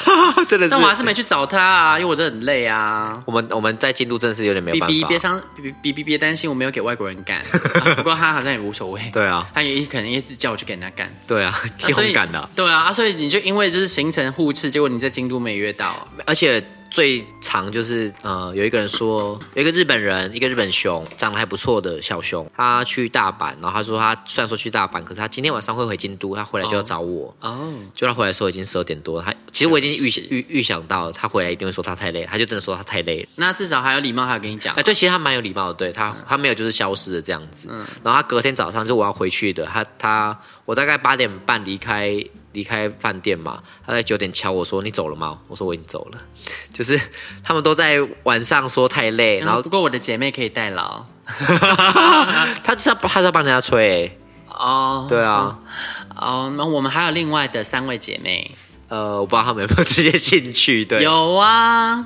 [SPEAKER 5] 真 [LAUGHS] 的是
[SPEAKER 4] 但我还是没去找他啊，因为我都很累啊。
[SPEAKER 5] 我们我们在京都真的是有点没有
[SPEAKER 4] 比
[SPEAKER 5] 办
[SPEAKER 4] 比
[SPEAKER 5] 法。
[SPEAKER 4] 别伤，比比比别担心，我没有给外国人
[SPEAKER 5] [LAUGHS]
[SPEAKER 4] 干。啊不过他好像也无所谓。
[SPEAKER 5] 对啊
[SPEAKER 4] 他也可能一直叫我去给人家干。
[SPEAKER 5] 对啊，
[SPEAKER 4] 啊
[SPEAKER 5] 你
[SPEAKER 4] 所以
[SPEAKER 5] 很敢的。
[SPEAKER 4] 对啊，啊所以你就因为就是行程互斥，结果你在京都没约到，
[SPEAKER 5] 而且最常就是呃，有一个人说，有一个日本人，一个日本熊，长得还不错的小熊，他去大阪，然后他说他虽然说去大阪，可是他今天晚上会回京都，他回来就要找我。
[SPEAKER 4] 哦，
[SPEAKER 5] 就他回来的时候已经十二点多了，他其实我已经
[SPEAKER 4] 是
[SPEAKER 5] 预预预想到他回来一定会说他太累，他就真的说他太累了。
[SPEAKER 4] 那至少还有礼貌，还有跟你讲
[SPEAKER 5] 哎、。对，其实他蛮有礼貌的，对他，
[SPEAKER 4] 嗯
[SPEAKER 5] 他没有就是消失的这样子。然后他隔天早上就我要回去的，他他我大概八点半离开离开饭店嘛，他在九点敲我说你走了吗？我说我已经走了，就是他们都在晚上说太累，然
[SPEAKER 4] 然后
[SPEAKER 5] 后 [LAUGHS]
[SPEAKER 4] [LAUGHS] 不过我的姐妹可以代劳
[SPEAKER 5] 他就是要他是要帮人家吹、欸
[SPEAKER 4] 哦。
[SPEAKER 5] 对啊，
[SPEAKER 4] 哦，那我们还有另外的三位姐妹，
[SPEAKER 5] 呃，我不知道他们有没有这些兴趣，对，
[SPEAKER 4] 有啊，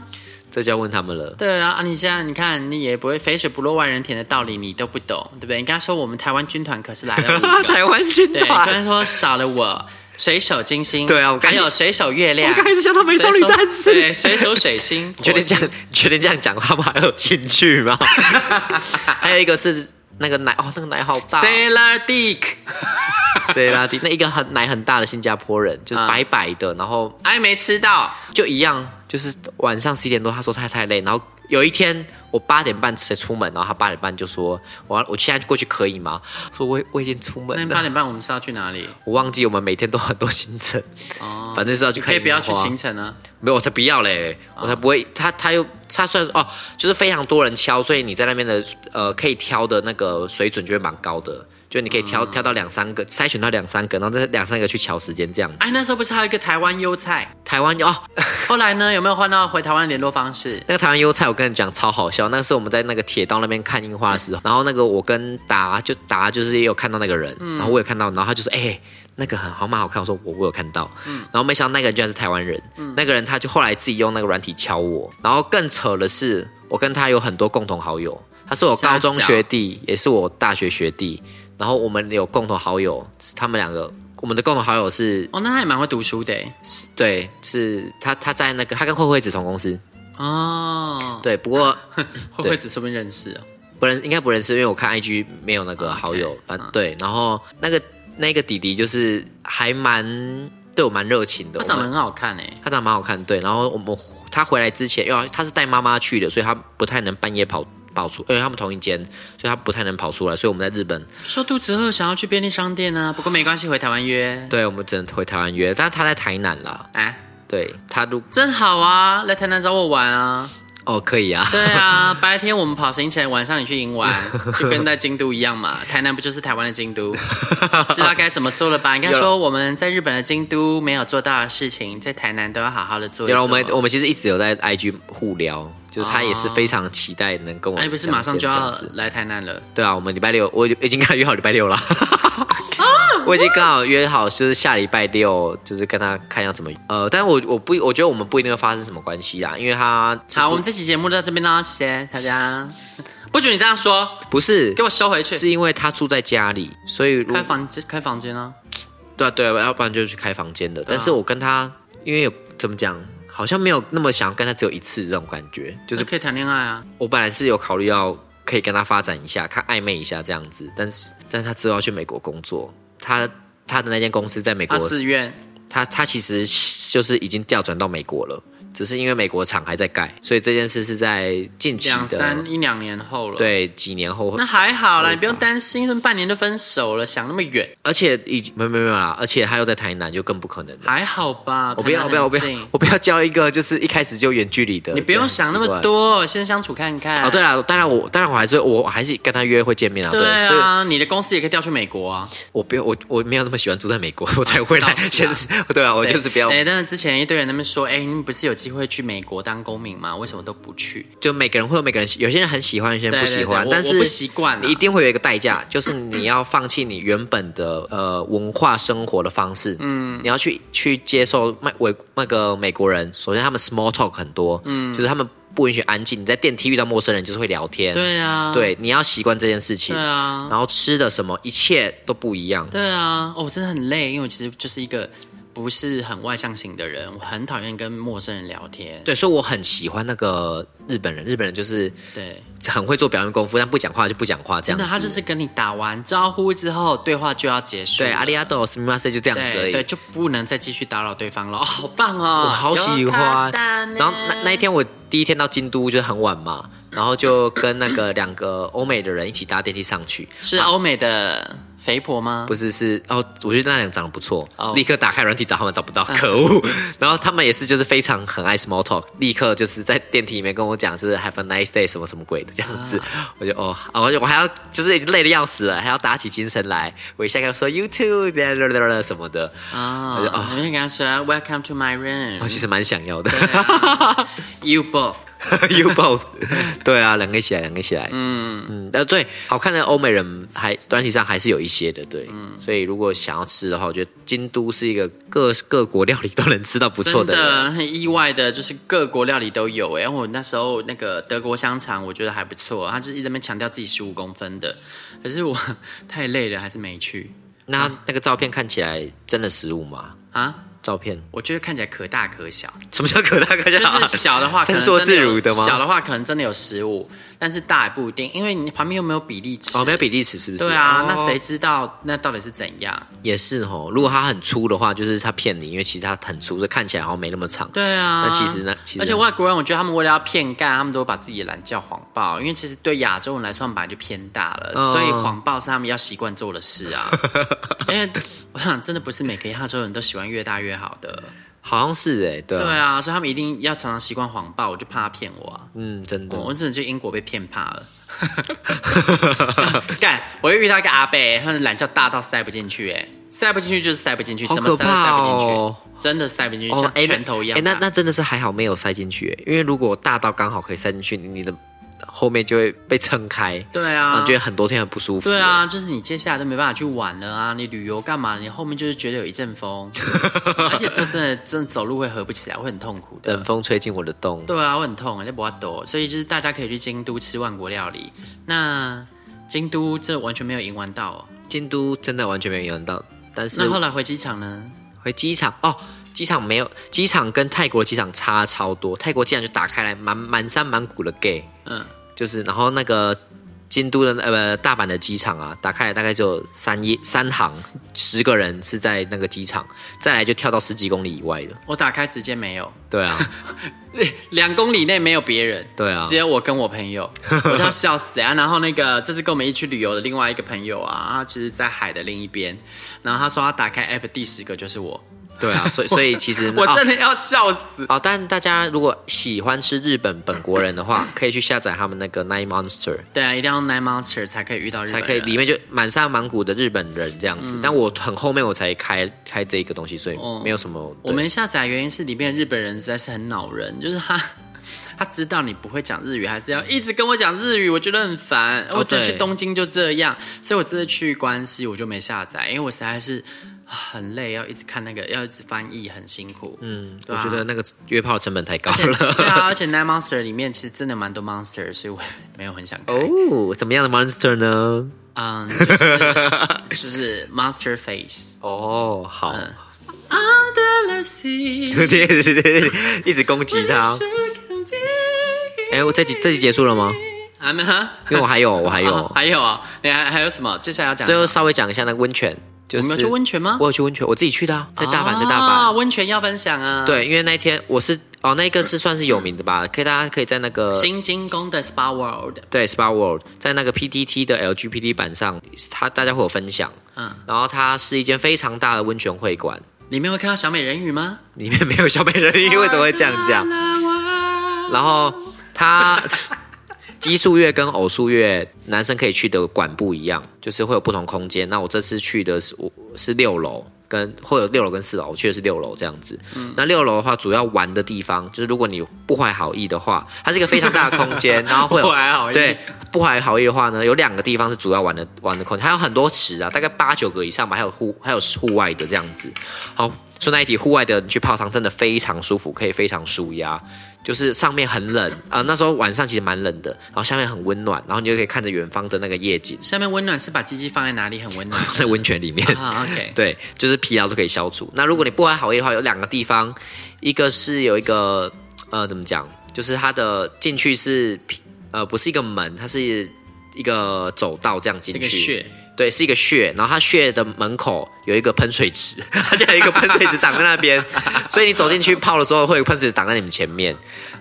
[SPEAKER 5] 这就要问他们了。 [LAUGHS]
[SPEAKER 4] 对啊，啊，你现在你看，你也不会肥水不落外人田的道理，你都不懂，对不对？你刚才说我们台湾军团可是来了五个，
[SPEAKER 5] [LAUGHS] 台湾军
[SPEAKER 4] 对，你刚才
[SPEAKER 5] 团，
[SPEAKER 4] 说少了我水手金星，
[SPEAKER 5] 对啊我刚
[SPEAKER 4] 还有水手月亮，
[SPEAKER 5] 我刚开始想到美少女战士
[SPEAKER 4] 水手对，水手水星，
[SPEAKER 5] [LAUGHS] 你确定这样？你确定这样讲话吗？还有兴趣
[SPEAKER 4] [LAUGHS]
[SPEAKER 5] 吗？还有一个是那个奶哦，那个奶好大哦、
[SPEAKER 4] ？Sailor Dick，
[SPEAKER 5] 谁拉蒂？那一个很奶很大的新加坡人，就是
[SPEAKER 4] 啊
[SPEAKER 5] 白白的，然后
[SPEAKER 4] 哎，没吃到，
[SPEAKER 5] 就一样，就是晚上十一点多，他说他太累，然后有一天我八点半才出门，然后他八点半就说，我我现在过去可以吗？说我我已经出
[SPEAKER 4] 那
[SPEAKER 5] 门
[SPEAKER 4] 八
[SPEAKER 5] 了，
[SPEAKER 4] 点半我们是要去哪里？
[SPEAKER 5] 我忘记我们每天都很多行程，
[SPEAKER 4] 哦，
[SPEAKER 5] 反正是要去
[SPEAKER 4] 你可
[SPEAKER 5] 看
[SPEAKER 4] 以
[SPEAKER 5] 樱
[SPEAKER 4] 不
[SPEAKER 5] 花。
[SPEAKER 4] 要去行程啊。
[SPEAKER 5] 没有，我才不要嘞，我才不会。他他又他算哦，就是非常多人敲，所以你在那边的呃可以挑的那个水准就会蛮高的，就你可以挑、挑到两三个，筛选到两三个，然后这两三个去瞧时间这样。
[SPEAKER 4] 哎，那时候不是还有一个台湾优菜？
[SPEAKER 5] 台湾哦，
[SPEAKER 4] 后来呢，有没有换到回台湾联络方式？
[SPEAKER 5] 那个台湾优菜，我跟你讲超好笑。那是我们在那个铁道那边看樱花的时候，然后那个我跟达就达就是也有看到那个人，然后我也看到，然后他就说：“哎、那个很好蛮好看。”我说：“我我有看到。然后没想到那个人居然是台湾人，那个人他就后来自己用那个软体敲我。然后更扯的是，我跟他有很多共同好友，他是我高中
[SPEAKER 4] 傻小
[SPEAKER 5] 学弟，也是我大学学弟。然后我们有共同好友，他们两个，我们的共同好友是
[SPEAKER 4] 哦，那他也蛮会读书的欸
[SPEAKER 5] 对，是他他在那个他跟慧慧子同公司，
[SPEAKER 4] 哦。
[SPEAKER 5] 对，不过。
[SPEAKER 4] 会不会只说不定认识哦？
[SPEAKER 5] 不认应该不认识，因为我看 IG 没有那个好友
[SPEAKER 4] OK，，
[SPEAKER 5] 反正
[SPEAKER 4] 嗯
[SPEAKER 5] 对。然后那个那个弟弟就是还蛮对我蛮热情的，
[SPEAKER 4] 他长得
[SPEAKER 5] 我
[SPEAKER 4] 很
[SPEAKER 5] 们
[SPEAKER 4] 好看哎，
[SPEAKER 5] 他长得蛮好看，对。然后我们他回来之前，因为他是带妈妈去的，所以他不太能半夜跑跑出，因为他们同一间，所以他不太能跑出来。所以我们在日本，
[SPEAKER 4] 说肚子饿想要去便利商店啊，不过没关系，回台湾约。
[SPEAKER 5] 对我们只能回台湾约，但是他在台南啦，
[SPEAKER 4] 哎，
[SPEAKER 5] 对他如
[SPEAKER 4] 真好啊，来台南找我玩啊。
[SPEAKER 5] 哦可
[SPEAKER 4] [LAUGHS]
[SPEAKER 5] 以啊，
[SPEAKER 4] 对
[SPEAKER 5] [LAUGHS]
[SPEAKER 4] 啊，白天我们跑行程，晚上你去营玩，就跟在京都一样嘛。台南不就是台湾的京都？知道该怎么做了吧？应该
[SPEAKER 5] [LAUGHS] 有
[SPEAKER 4] 说我们在日本的京都没有做到的事情，在台南都要好好的做一
[SPEAKER 5] 有
[SPEAKER 4] 做。
[SPEAKER 5] 了，我们我们其实一直有在 IG 互聊，就是他也是非常期待能跟我们
[SPEAKER 4] 那、啊你
[SPEAKER 5] 相见
[SPEAKER 4] 不
[SPEAKER 5] 这样子。
[SPEAKER 4] 是马上就要来台南了？
[SPEAKER 5] 对啊，我们礼拜六，我已经跟他约好礼拜六了。 [LAUGHS] 我已经刚好约好，就是下礼拜六，就是跟他看要怎么呃，但我我不，我觉得我们不一定会发生什么关系啦，因为他
[SPEAKER 4] 好，我们这期节目就到这边啦，谢谢
[SPEAKER 5] [LAUGHS]
[SPEAKER 4] 大家。不准你这样说，
[SPEAKER 5] 不是
[SPEAKER 4] 给我收回去
[SPEAKER 5] 是因为他住在家里，所以如
[SPEAKER 4] 开房间，开房间啊！
[SPEAKER 5] 对啊对啊，要不然就去开房间的。但是我跟他因为有怎么讲，好像没有那么想要跟他只有一次这种感觉，就
[SPEAKER 4] 就是是可以谈恋爱啊。
[SPEAKER 5] 我本来是有考虑要可以跟他发展一下，看暧昧一下这样子，但是但是他之后要去美国工作，他他的那间公司在美
[SPEAKER 4] 他
[SPEAKER 5] 国
[SPEAKER 4] 自愿，
[SPEAKER 5] 他他其实就是已经调转到美国了，只是因为美国厂还在盖，所以这件事是在近期
[SPEAKER 4] 两
[SPEAKER 5] 的
[SPEAKER 4] 三一两年后了。，
[SPEAKER 5] 对几年后，
[SPEAKER 4] 那还好啦，你不用
[SPEAKER 5] 无法
[SPEAKER 4] 担心，什么半年就分手了，想那么远，
[SPEAKER 5] 而且已经没有没有没有啦，而且他又在台南，就更不可能了。
[SPEAKER 4] 还好吧？
[SPEAKER 5] 我不要
[SPEAKER 4] 台
[SPEAKER 5] 我
[SPEAKER 4] 南
[SPEAKER 5] 不要我不
[SPEAKER 4] 很
[SPEAKER 5] 要
[SPEAKER 4] 近
[SPEAKER 5] 我不要交一个就是一开始就远距离的，
[SPEAKER 4] 你不用
[SPEAKER 5] 这样
[SPEAKER 4] 想那
[SPEAKER 5] 奇
[SPEAKER 4] 么
[SPEAKER 5] 怪。
[SPEAKER 4] 多，先相处看看。
[SPEAKER 5] 啊哦，对了，当然我当然我还是我还是跟他约会见面啊，
[SPEAKER 4] 对
[SPEAKER 5] 所以
[SPEAKER 4] 啊，你的公司也可以调去美国啊。
[SPEAKER 5] 我不要我我没有那么喜欢住在美国，我才回来
[SPEAKER 4] 倒是
[SPEAKER 5] 先 [LAUGHS]
[SPEAKER 4] 啊
[SPEAKER 5] 是对啊，我就是不要
[SPEAKER 4] 哎，但是之前一堆人那边说，哎，你不是有机会去美国当公民吗？为什么都不去？
[SPEAKER 5] 就每个人会有每个人喜，有些人很喜欢，有些人不喜欢，
[SPEAKER 4] 对对对我
[SPEAKER 5] 但是
[SPEAKER 4] 我不习惯啊
[SPEAKER 5] 你一定会有一个代价，就是你要放弃你原本的呃文化生活的方式，嗯，你要去去接受那美那个美国人，首先他们 small talk 很多，嗯，就是他们不允许安静，你在电梯遇到陌生人就是会聊天，
[SPEAKER 4] 对啊，
[SPEAKER 5] 嗯对，你要习惯这件事情，
[SPEAKER 4] 对啊，
[SPEAKER 5] 然后吃的什么一切都不一样，
[SPEAKER 4] 对啊，哦，我真的很累，因为我其实就是一个不是很外向型的人，我很讨厌跟陌生人聊天。
[SPEAKER 5] 对，所以我很喜欢那个日本人，日本人就是
[SPEAKER 4] 对，
[SPEAKER 5] 很会做表面功夫，但不讲话就不讲话，这样
[SPEAKER 4] 真
[SPEAKER 5] 子，
[SPEAKER 4] 的，他就是跟你打完招呼之后，对话就要结束。
[SPEAKER 5] 对阿里阿斗斯密马塞就这样子而
[SPEAKER 4] 对
[SPEAKER 5] 已，
[SPEAKER 4] 对，就不能再继续打扰对方了。哦，好棒哦，
[SPEAKER 5] 我 [LAUGHS] 好喜
[SPEAKER 4] 有卡
[SPEAKER 5] 欢。
[SPEAKER 4] 蛋呢
[SPEAKER 5] 然后那那一天我第一天到京都就是很晚嘛，然后就跟那个两个欧美的人一起搭电梯上去，
[SPEAKER 4] 是欧美的肥婆吗？
[SPEAKER 5] 不是是哦，我觉得那两个长得不错
[SPEAKER 4] 哦，嗯
[SPEAKER 5] 立刻打开软体找他们找不到，可恶。 [LAUGHS] 然后他们也是就是非常很爱 small talk，立刻就是在电梯里面跟我讲就是 have a nice day 什么什么鬼的这样子，我就哦，啊我就我还要就是已经累得要死了，还要打起精神来，我一下跟他说 you too 什么的，
[SPEAKER 4] 啊，
[SPEAKER 5] 我就哦
[SPEAKER 4] 我就跟他说 Welcome to my
[SPEAKER 5] 我
[SPEAKER 4] room,
[SPEAKER 5] 其实蛮想要
[SPEAKER 4] 嗯
[SPEAKER 5] 的。
[SPEAKER 4] you both。
[SPEAKER 5] [LAUGHS] You both，对啊，两个一起来，两个一起来。嗯嗯，呃，对，好看的欧美人还短体上还是有一些的，对。
[SPEAKER 4] 嗯
[SPEAKER 5] 所以如果想要吃的话，我觉得京都是一个各各国料理都能吃到不错
[SPEAKER 4] 真
[SPEAKER 5] 的人。
[SPEAKER 4] 的很意外的，就是各国料理都有哎、我那时候那个德国香肠，我觉得还不错，他就是一直在那边强调自己十五公分的，可是我 [LAUGHS] 太累了，还是没去
[SPEAKER 5] 那那个照片看起来真的食物吗？
[SPEAKER 4] 啊。
[SPEAKER 5] 照片
[SPEAKER 4] 我觉得看起来可大可小，
[SPEAKER 5] 什么叫可大可
[SPEAKER 4] [LAUGHS] 就
[SPEAKER 5] 小？ [LAUGHS]
[SPEAKER 4] 是小的话可
[SPEAKER 5] 伸
[SPEAKER 4] 能
[SPEAKER 5] 缩自
[SPEAKER 4] 真的有
[SPEAKER 5] 如的吗？
[SPEAKER 4] 小的话可能真的有十五，但是大也不一定，因为你旁边又没有比例尺。
[SPEAKER 5] 哦，没有比例尺是不是？
[SPEAKER 4] 对啊，
[SPEAKER 5] 哦
[SPEAKER 4] 那谁知道那到底是怎样？
[SPEAKER 5] 也是哦。如果它很粗的话，就是它骗你，因为其实它很粗，所以看起来好像没那么长。
[SPEAKER 4] 对啊，
[SPEAKER 5] 那其实呢其实
[SPEAKER 4] 而且外国人，我觉得他们为了要骗干，他们都会把自己的懒叫谎报，因为其实对亚洲人来说，他们本来就偏大了，
[SPEAKER 5] 嗯
[SPEAKER 4] 所以谎报是他们要习惯做的事
[SPEAKER 5] [LAUGHS]
[SPEAKER 4] 啊。因为我想，真的不是每个亚洲人都喜欢越大越好的，
[SPEAKER 5] 好像是哎，对啊
[SPEAKER 4] 对啊，所以他们一定要常常习惯谎报，我就怕他骗我啊。
[SPEAKER 5] 嗯，真的。
[SPEAKER 4] 我真的去英国被骗怕了。 [LAUGHS] 干，我又遇到一个阿伯，他的懒觉大到塞不进去、哎，塞不进去就是塞不进去，
[SPEAKER 5] 好
[SPEAKER 4] 怎么塞都塞不进去，
[SPEAKER 5] 可怕哦
[SPEAKER 4] 真的塞不进去，
[SPEAKER 5] 哦，
[SPEAKER 4] 像
[SPEAKER 5] 哎，那
[SPEAKER 4] 拳头一样
[SPEAKER 5] 哎，
[SPEAKER 4] 大。
[SPEAKER 5] 那那真的是还好没有塞进去，哎因为如果大到刚好可以塞进去，你你的后面就会被撑开，
[SPEAKER 4] 对
[SPEAKER 5] 然
[SPEAKER 4] 啊，
[SPEAKER 5] 哦后觉得很多天很不舒服。
[SPEAKER 4] 对，啊，就是你接下来都没办法去玩了啊！你旅游干嘛？你后面就是觉得有一
[SPEAKER 5] [LAUGHS]
[SPEAKER 4] 阵风，而且说真的，真的走路会合不起来，会很痛苦的
[SPEAKER 5] 冷。风吹进我的洞。
[SPEAKER 4] 对啊，会很痛，就不要抖。所以就是大家可以去京都吃万国料理。那京都这完全没有赢玩到哦。
[SPEAKER 5] 京都真的完全没有用到，但是
[SPEAKER 4] 那后来回机场呢？
[SPEAKER 5] 回机场哦，机场没有，机场跟泰国机场差超多。泰国机场就打开来满满山满谷的 gay，
[SPEAKER 4] 嗯，
[SPEAKER 5] 就是然后那个京都的呃不大阪的机场啊，打开来大概就有三一三行，十个人是在那个机场，再来就跳到十几公里以外的。
[SPEAKER 4] 我打开直接没有， [LAUGHS]
[SPEAKER 5] 对啊，
[SPEAKER 4] 两公里内没有别人。
[SPEAKER 5] 对啊
[SPEAKER 4] 只有我跟我朋
[SPEAKER 5] [LAUGHS]
[SPEAKER 4] 友，我就要笑死啊！然后那个这次跟我们一起去旅游的另外一个朋友啊，他其实在海的另一边，然后他说他打开 app 第十个就是我。
[SPEAKER 5] 对啊，所以所以其实
[SPEAKER 4] [LAUGHS] 我真
[SPEAKER 5] 哦
[SPEAKER 4] 的要笑死。
[SPEAKER 5] 好，但大家如果喜欢吃日本本国人的话，可以去下载他们那个 Nine Monster，
[SPEAKER 4] 对啊，一定要 Nine Monster 才可以遇到日本
[SPEAKER 5] 才
[SPEAKER 4] 人
[SPEAKER 5] 可以里面就满山满谷的日本人这样子。但我很后面我才开开这一个东西，所以
[SPEAKER 4] 嗯哦
[SPEAKER 5] 没有什么。
[SPEAKER 4] 我们下载的原因是里面的日本人实在是很恼人，就是他 [LAUGHS] 他知道你不会讲日语，还是要一直跟我讲日语，我觉得很烦。
[SPEAKER 5] 哦
[SPEAKER 4] 我只能去
[SPEAKER 5] 对
[SPEAKER 4] 东京就这样，所以我这次去关西我就没下载，因为我实在是啊很累，要一直看那个，要一直翻译，很辛苦。嗯，
[SPEAKER 5] 对我觉得那个约炮成本太高
[SPEAKER 4] 而且对
[SPEAKER 5] 了。
[SPEAKER 4] 啊，而且 Nine Monster 里面其实真的蛮多 Monster，所以我没有很想开。
[SPEAKER 5] [LAUGHS] 哦，怎么样的 Monster 呢？
[SPEAKER 4] 嗯，就是就是 Monster Face。
[SPEAKER 5] 哦，好，
[SPEAKER 4] 嗯 Under the sea
[SPEAKER 5] 对对对对， [LAUGHS] 一直攻击他。哎，我这集这集结束了吗？
[SPEAKER 4] 还没啊？
[SPEAKER 5] 因为我还有，我还
[SPEAKER 4] 还
[SPEAKER 5] 有，
[SPEAKER 4] 还有 [LAUGHS] 啊？你还还有什么？接下来要讲什
[SPEAKER 5] 最
[SPEAKER 4] 么
[SPEAKER 5] 后稍微讲一下那个温泉，就
[SPEAKER 4] 你
[SPEAKER 5] 是
[SPEAKER 4] 们有去温泉吗
[SPEAKER 5] 我有去温泉，我自己去的啊，在大阪，在大
[SPEAKER 4] 啊
[SPEAKER 5] 阪。
[SPEAKER 4] 温泉要分享啊。，
[SPEAKER 5] 对，因为那一天我是哦，那个是算是有名的吧，可以大家可以在那个
[SPEAKER 4] 嗯新金宫的 SPA World，
[SPEAKER 5] 对 Spa World 在那个 PTT 的 LGBT 版上，它大家会有分享。
[SPEAKER 4] 嗯，
[SPEAKER 5] 然后它是一间非常大的温泉会馆，
[SPEAKER 4] 里面会看到小美人鱼吗？
[SPEAKER 5] 里面没有小美
[SPEAKER 4] [LAUGHS]
[SPEAKER 5] 人鱼，为什么会这样讲？然后
[SPEAKER 4] [LAUGHS]
[SPEAKER 5] 它奇数月跟偶数月男生可以去的馆不一样，就是会有不同空间。那我这次去的是我是六楼。跟会有六楼跟四楼，我去的是六楼这样子。
[SPEAKER 4] 嗯
[SPEAKER 5] 那六楼的话，主要玩的地方就是，如果你不怀好意的话，它是一个非常大的空间，然后会有
[SPEAKER 4] [LAUGHS] 不怀好意
[SPEAKER 5] 对不怀好意的话呢，有两个地方是主要玩的玩的空间，还有很多池啊，大概八九个以上吧，还有户还有户外的这样子。好，说那一题户外的，你去泡汤真的非常舒服，可以非常舒压。就是上面很冷啊、呃那时候晚上其实蛮冷的，然后下面很温暖，然后你就可以看着远方的那个夜景， [LAUGHS]
[SPEAKER 4] 下面温暖是把鸡鸡放在哪里很温暖
[SPEAKER 5] 在温泉里面。
[SPEAKER 4] 啊？OK，
[SPEAKER 5] 对，就是疲劳都可以消除。那如果你不怀好意的话，有两个地方，一个是有一个呃，怎么讲，就是它的进去是呃，不是一个门，它是一个走道这样进
[SPEAKER 4] 这
[SPEAKER 5] 去。
[SPEAKER 4] 个穴
[SPEAKER 5] 对，是一个穴，然后它穴的门口有一个喷水池，它就有一个喷水池挡在那边，所以你走进去泡的时候会有喷水池挡在你们前面。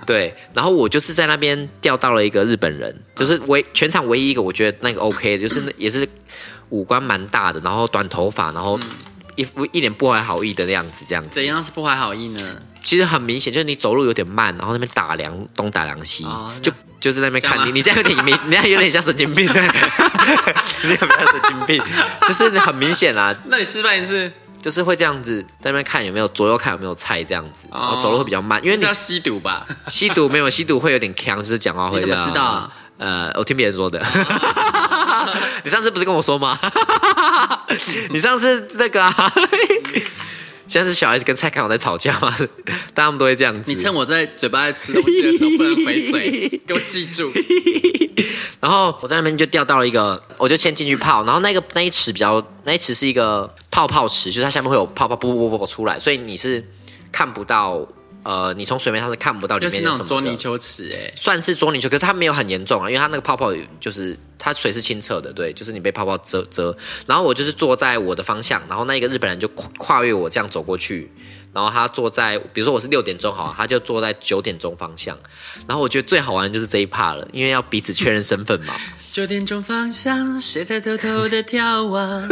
[SPEAKER 5] 对，然后我就是在那边钓到了一个日本人，就是唯全场唯一一个我觉得那个 OK 的，就是那也是五官蛮大的，然后短头发，然后一副一脸不怀好意的样子，这样子
[SPEAKER 4] 怎。样是不怀好意呢？
[SPEAKER 5] 其实很明显，就是你走路有点慢，然后那边打量东打量西，
[SPEAKER 4] 哦
[SPEAKER 5] 就
[SPEAKER 4] 这样
[SPEAKER 5] 就是在那边
[SPEAKER 4] 这样
[SPEAKER 5] 看你，
[SPEAKER 4] 吗
[SPEAKER 5] 你这样有点
[SPEAKER 4] [LAUGHS]
[SPEAKER 5] 没，你这样有点像神经病，对，你有没有神经病？就是很明显啦、
[SPEAKER 4] 那你示范一次，
[SPEAKER 5] 就是会这样子在那边看有没有左右看有没有菜这样子，然后
[SPEAKER 4] 哦
[SPEAKER 5] 走路会比较慢，因为
[SPEAKER 4] 这
[SPEAKER 5] 你
[SPEAKER 4] 叫吸
[SPEAKER 5] [LAUGHS]
[SPEAKER 4] 毒吧？
[SPEAKER 5] 吸毒没有吸毒会有点呛，就是讲话会
[SPEAKER 4] 你怎么
[SPEAKER 5] 这样
[SPEAKER 4] 知道哦啊
[SPEAKER 5] 呃，我听别人说的。 [LAUGHS] 你上次不是跟我说吗？ [LAUGHS] 你上次那个、啊， [LAUGHS] 现在是小孩子跟蔡康永在吵架吗？但他们都会这样子。
[SPEAKER 4] 你趁我在嘴巴在吃东西的时候不能回
[SPEAKER 5] [LAUGHS]
[SPEAKER 4] 嘴，给我记住。
[SPEAKER 5] 然后我在那边就钓到了一个，我就先进去泡，然后那个那一池比较，那一池是一个泡泡池，就是它下面会有泡泡噗噗噗噗噗出来，所以你是看不到呃，你从水面上是看不到里
[SPEAKER 4] 又
[SPEAKER 5] 面
[SPEAKER 4] 是
[SPEAKER 5] 有
[SPEAKER 4] 那
[SPEAKER 5] 什
[SPEAKER 4] 种
[SPEAKER 5] 么
[SPEAKER 4] 捉
[SPEAKER 5] 的
[SPEAKER 4] 泥鳅池哎、
[SPEAKER 5] 算是捉泥鳅，可是它没有很严重啊，因为它那个泡泡就是它水是清澈的，对，就是你被泡泡遮遮。然后我就是坐在我的方向，然后那一个日本人就跨跨越我这样走过去，然后他坐在，比如说我是六点钟好了，他就坐在九点钟方向。然后我觉得最好玩的就是这一趴了，因为要彼此确认身份嘛。
[SPEAKER 4] 九点钟方向，谁在偷偷的眺
[SPEAKER 5] [LAUGHS]
[SPEAKER 4] 望？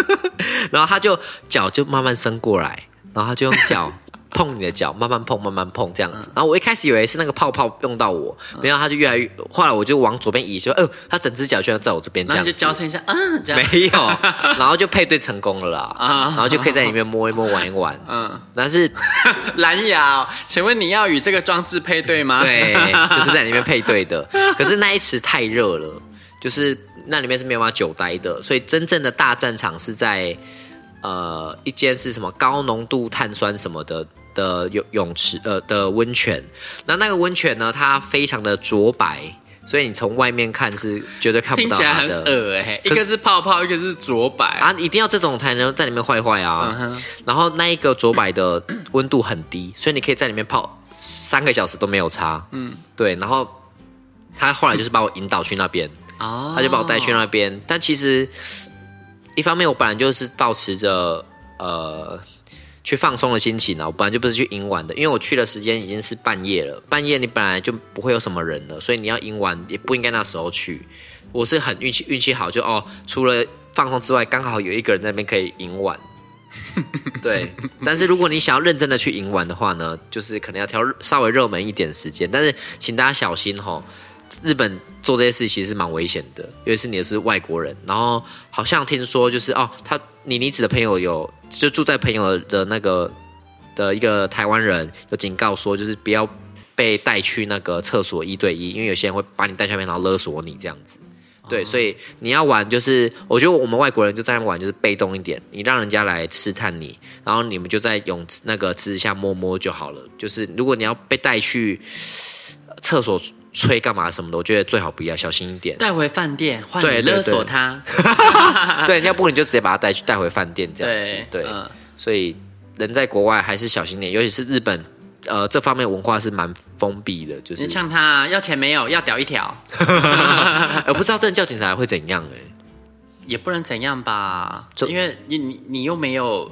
[SPEAKER 5] 然后他就脚就慢慢伸过来，然后他就用脚碰你的脚，慢慢碰，慢慢碰这样子。然后我一开始以为是那个泡泡用到我，没有，他就越来越。后来我就往左边移，就呃，他整只脚居然在我这边这
[SPEAKER 4] 然
[SPEAKER 5] 样
[SPEAKER 4] 后你就
[SPEAKER 5] 子。
[SPEAKER 4] 交缠一下，嗯，这样。
[SPEAKER 5] 没有，然后就配对成功了啦，然后就可以在里面摸一摸、玩一玩。嗯，但是
[SPEAKER 4] 蓝牙、哦，请问你要与这个装置配对吗？ [LAUGHS]
[SPEAKER 5] 对，就是在里面配对的。可是那一池太热了，就是那里面是没有办法久待的，所以真正的大战场是在呃一间是什么高浓度碳酸什么的的泳泳池呃的温泉。那那个温泉呢，它非常的浊白，所以你从外面看是绝对看不
[SPEAKER 4] 听
[SPEAKER 5] 到
[SPEAKER 4] 起来
[SPEAKER 5] 它
[SPEAKER 4] 很
[SPEAKER 5] 的。
[SPEAKER 4] 恶哎、一个是泡泡，一个是浊白
[SPEAKER 5] 啊，一定要这种才能在里面坏坏
[SPEAKER 4] 嗯
[SPEAKER 5] 啊。然后那一个卓白的温度很低，所以你可以在里面泡三个小时都没有差。嗯，对。然后他后来就是把我引导去那边，
[SPEAKER 4] 哦
[SPEAKER 5] 他就把我带去那边。但其实一方面我本来就是保持着呃去放松的心情啊，我本来就不是去赢玩的，因为我去的时间已经是半夜了，半夜你本来就不会有什么人了，所以你要赢玩也不应该那时候去。我是很运气运气好，就哦，除了放松之外，刚好有一个人在那边可以赢玩。对，但是如果你想要认真的去赢玩的话呢，就是可能要挑稍微热门一点的时间，但是请大家小心吼，日本做这些事其实是蛮危险的，尤其是你是外国人。然后好像听说就是哦，他你妮子的朋友有就住在朋友的那个的一个台湾人有警告说，就是不要被带去那个厕所一对一，因为有些人会把你带去那边，然后勒索你这样子。对，所以你要玩，就是我觉得我们外国人就在那玩，就是被动一点，你让人家来试探你，然后你们就在泳池那个池子下摸摸就好了。就是如果你要被带去呃厕所吹干嘛什么的，我觉得最好不要，小心一点。
[SPEAKER 4] 带回饭店，换你
[SPEAKER 5] 对对
[SPEAKER 4] 勒索
[SPEAKER 5] 对
[SPEAKER 4] 他。
[SPEAKER 5] 对，要不你就直接把他带去带回饭店这样子
[SPEAKER 4] 对。
[SPEAKER 5] [LAUGHS] 对，
[SPEAKER 4] 嗯
[SPEAKER 5] 所以人在国外还是小心点，尤其是日本，呃，这方面文化是蛮封闭的，就是
[SPEAKER 4] 你呛他啊要钱没有？要屌一条，
[SPEAKER 5] 我啊呃不知道真的叫警察来会怎样哎、欸
[SPEAKER 4] 也不能怎样吧？
[SPEAKER 5] 就
[SPEAKER 4] 因为你你你又没有，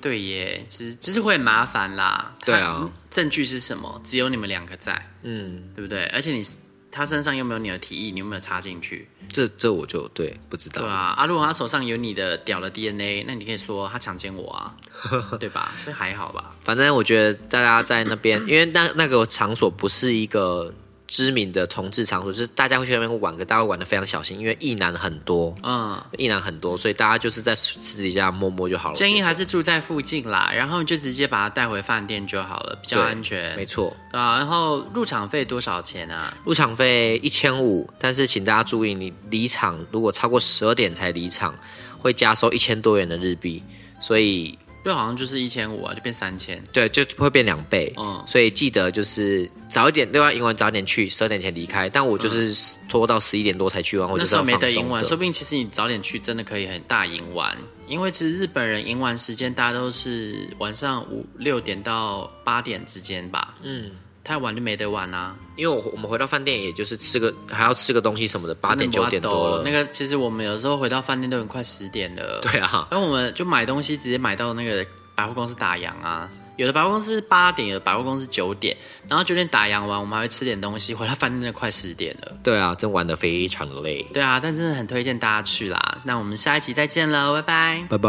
[SPEAKER 4] 对耶，其实就是会很麻烦啦。
[SPEAKER 5] 对啊
[SPEAKER 4] 他，嗯证据是什么？只有你们两个在，
[SPEAKER 5] 嗯，
[SPEAKER 4] 对不对？而且你他身上又没有你的提议，你有没有插进去？
[SPEAKER 5] 这这我就对不知道。
[SPEAKER 4] 对啊，啊，如果他手上有你的屌的 DNA，那你可以说他强奸我
[SPEAKER 5] [LAUGHS]
[SPEAKER 4] 啊，对吧？所以还好吧。
[SPEAKER 5] 反正我觉得大家在那边，因为那那个场所不是一个知名的同志场所，就是大家会去那边玩，可大家会玩的非常小心，因为异男很多，
[SPEAKER 4] 嗯，
[SPEAKER 5] 异男很多，所以大家就是在私底下摸摸就好了。
[SPEAKER 4] 建议还是住在附近啦，然后你就直接把他带回饭店就好了，比较
[SPEAKER 5] 对
[SPEAKER 4] 安全。
[SPEAKER 5] 没错。
[SPEAKER 4] 对啊，然后入场费多少钱啊？
[SPEAKER 5] 入场费一千五，但是请大家注意，你离场如果超过十二点才离场，会加收一千多元的日币，所以
[SPEAKER 4] 就好像就是一千五啊，就变三千。
[SPEAKER 5] 对就会变两倍。
[SPEAKER 4] 嗯
[SPEAKER 5] 所以记得就是早一点，对吧？赢完早一点去，十二点前离开。但我就是拖到十一点多才去完，我
[SPEAKER 4] 那
[SPEAKER 5] 就
[SPEAKER 4] 时
[SPEAKER 5] 是
[SPEAKER 4] 候
[SPEAKER 5] 要
[SPEAKER 4] 没得
[SPEAKER 5] 放松
[SPEAKER 4] 赢完，
[SPEAKER 5] 的
[SPEAKER 4] 说不定其实你早点去真的可以很大赢完，因为其实日本人赢完时间大家都是晚上五六点到八点之间吧，嗯，太晚就没得玩啊。
[SPEAKER 5] 因为我我们回到饭店，也就是吃个还要吃个东西什么的，八点
[SPEAKER 4] 真的
[SPEAKER 5] 九
[SPEAKER 4] 没
[SPEAKER 5] 点
[SPEAKER 4] 办法
[SPEAKER 5] 多
[SPEAKER 4] 哦
[SPEAKER 5] 了。
[SPEAKER 4] 那个其实我们有时候回到饭店都已经快十点了。
[SPEAKER 5] 对啊
[SPEAKER 4] 然后我们就买东西直接买到那个百货公司打烊啊。有的百货公司是八点，有的百货公司九点，然后九点打烊完，我们还会吃点东西，回到饭店都快十点了。
[SPEAKER 5] 对啊，真玩的非常的累。
[SPEAKER 4] 对啊，但真的很推荐大家去啦。那我们下一期再见喽，拜拜。
[SPEAKER 5] 拜拜。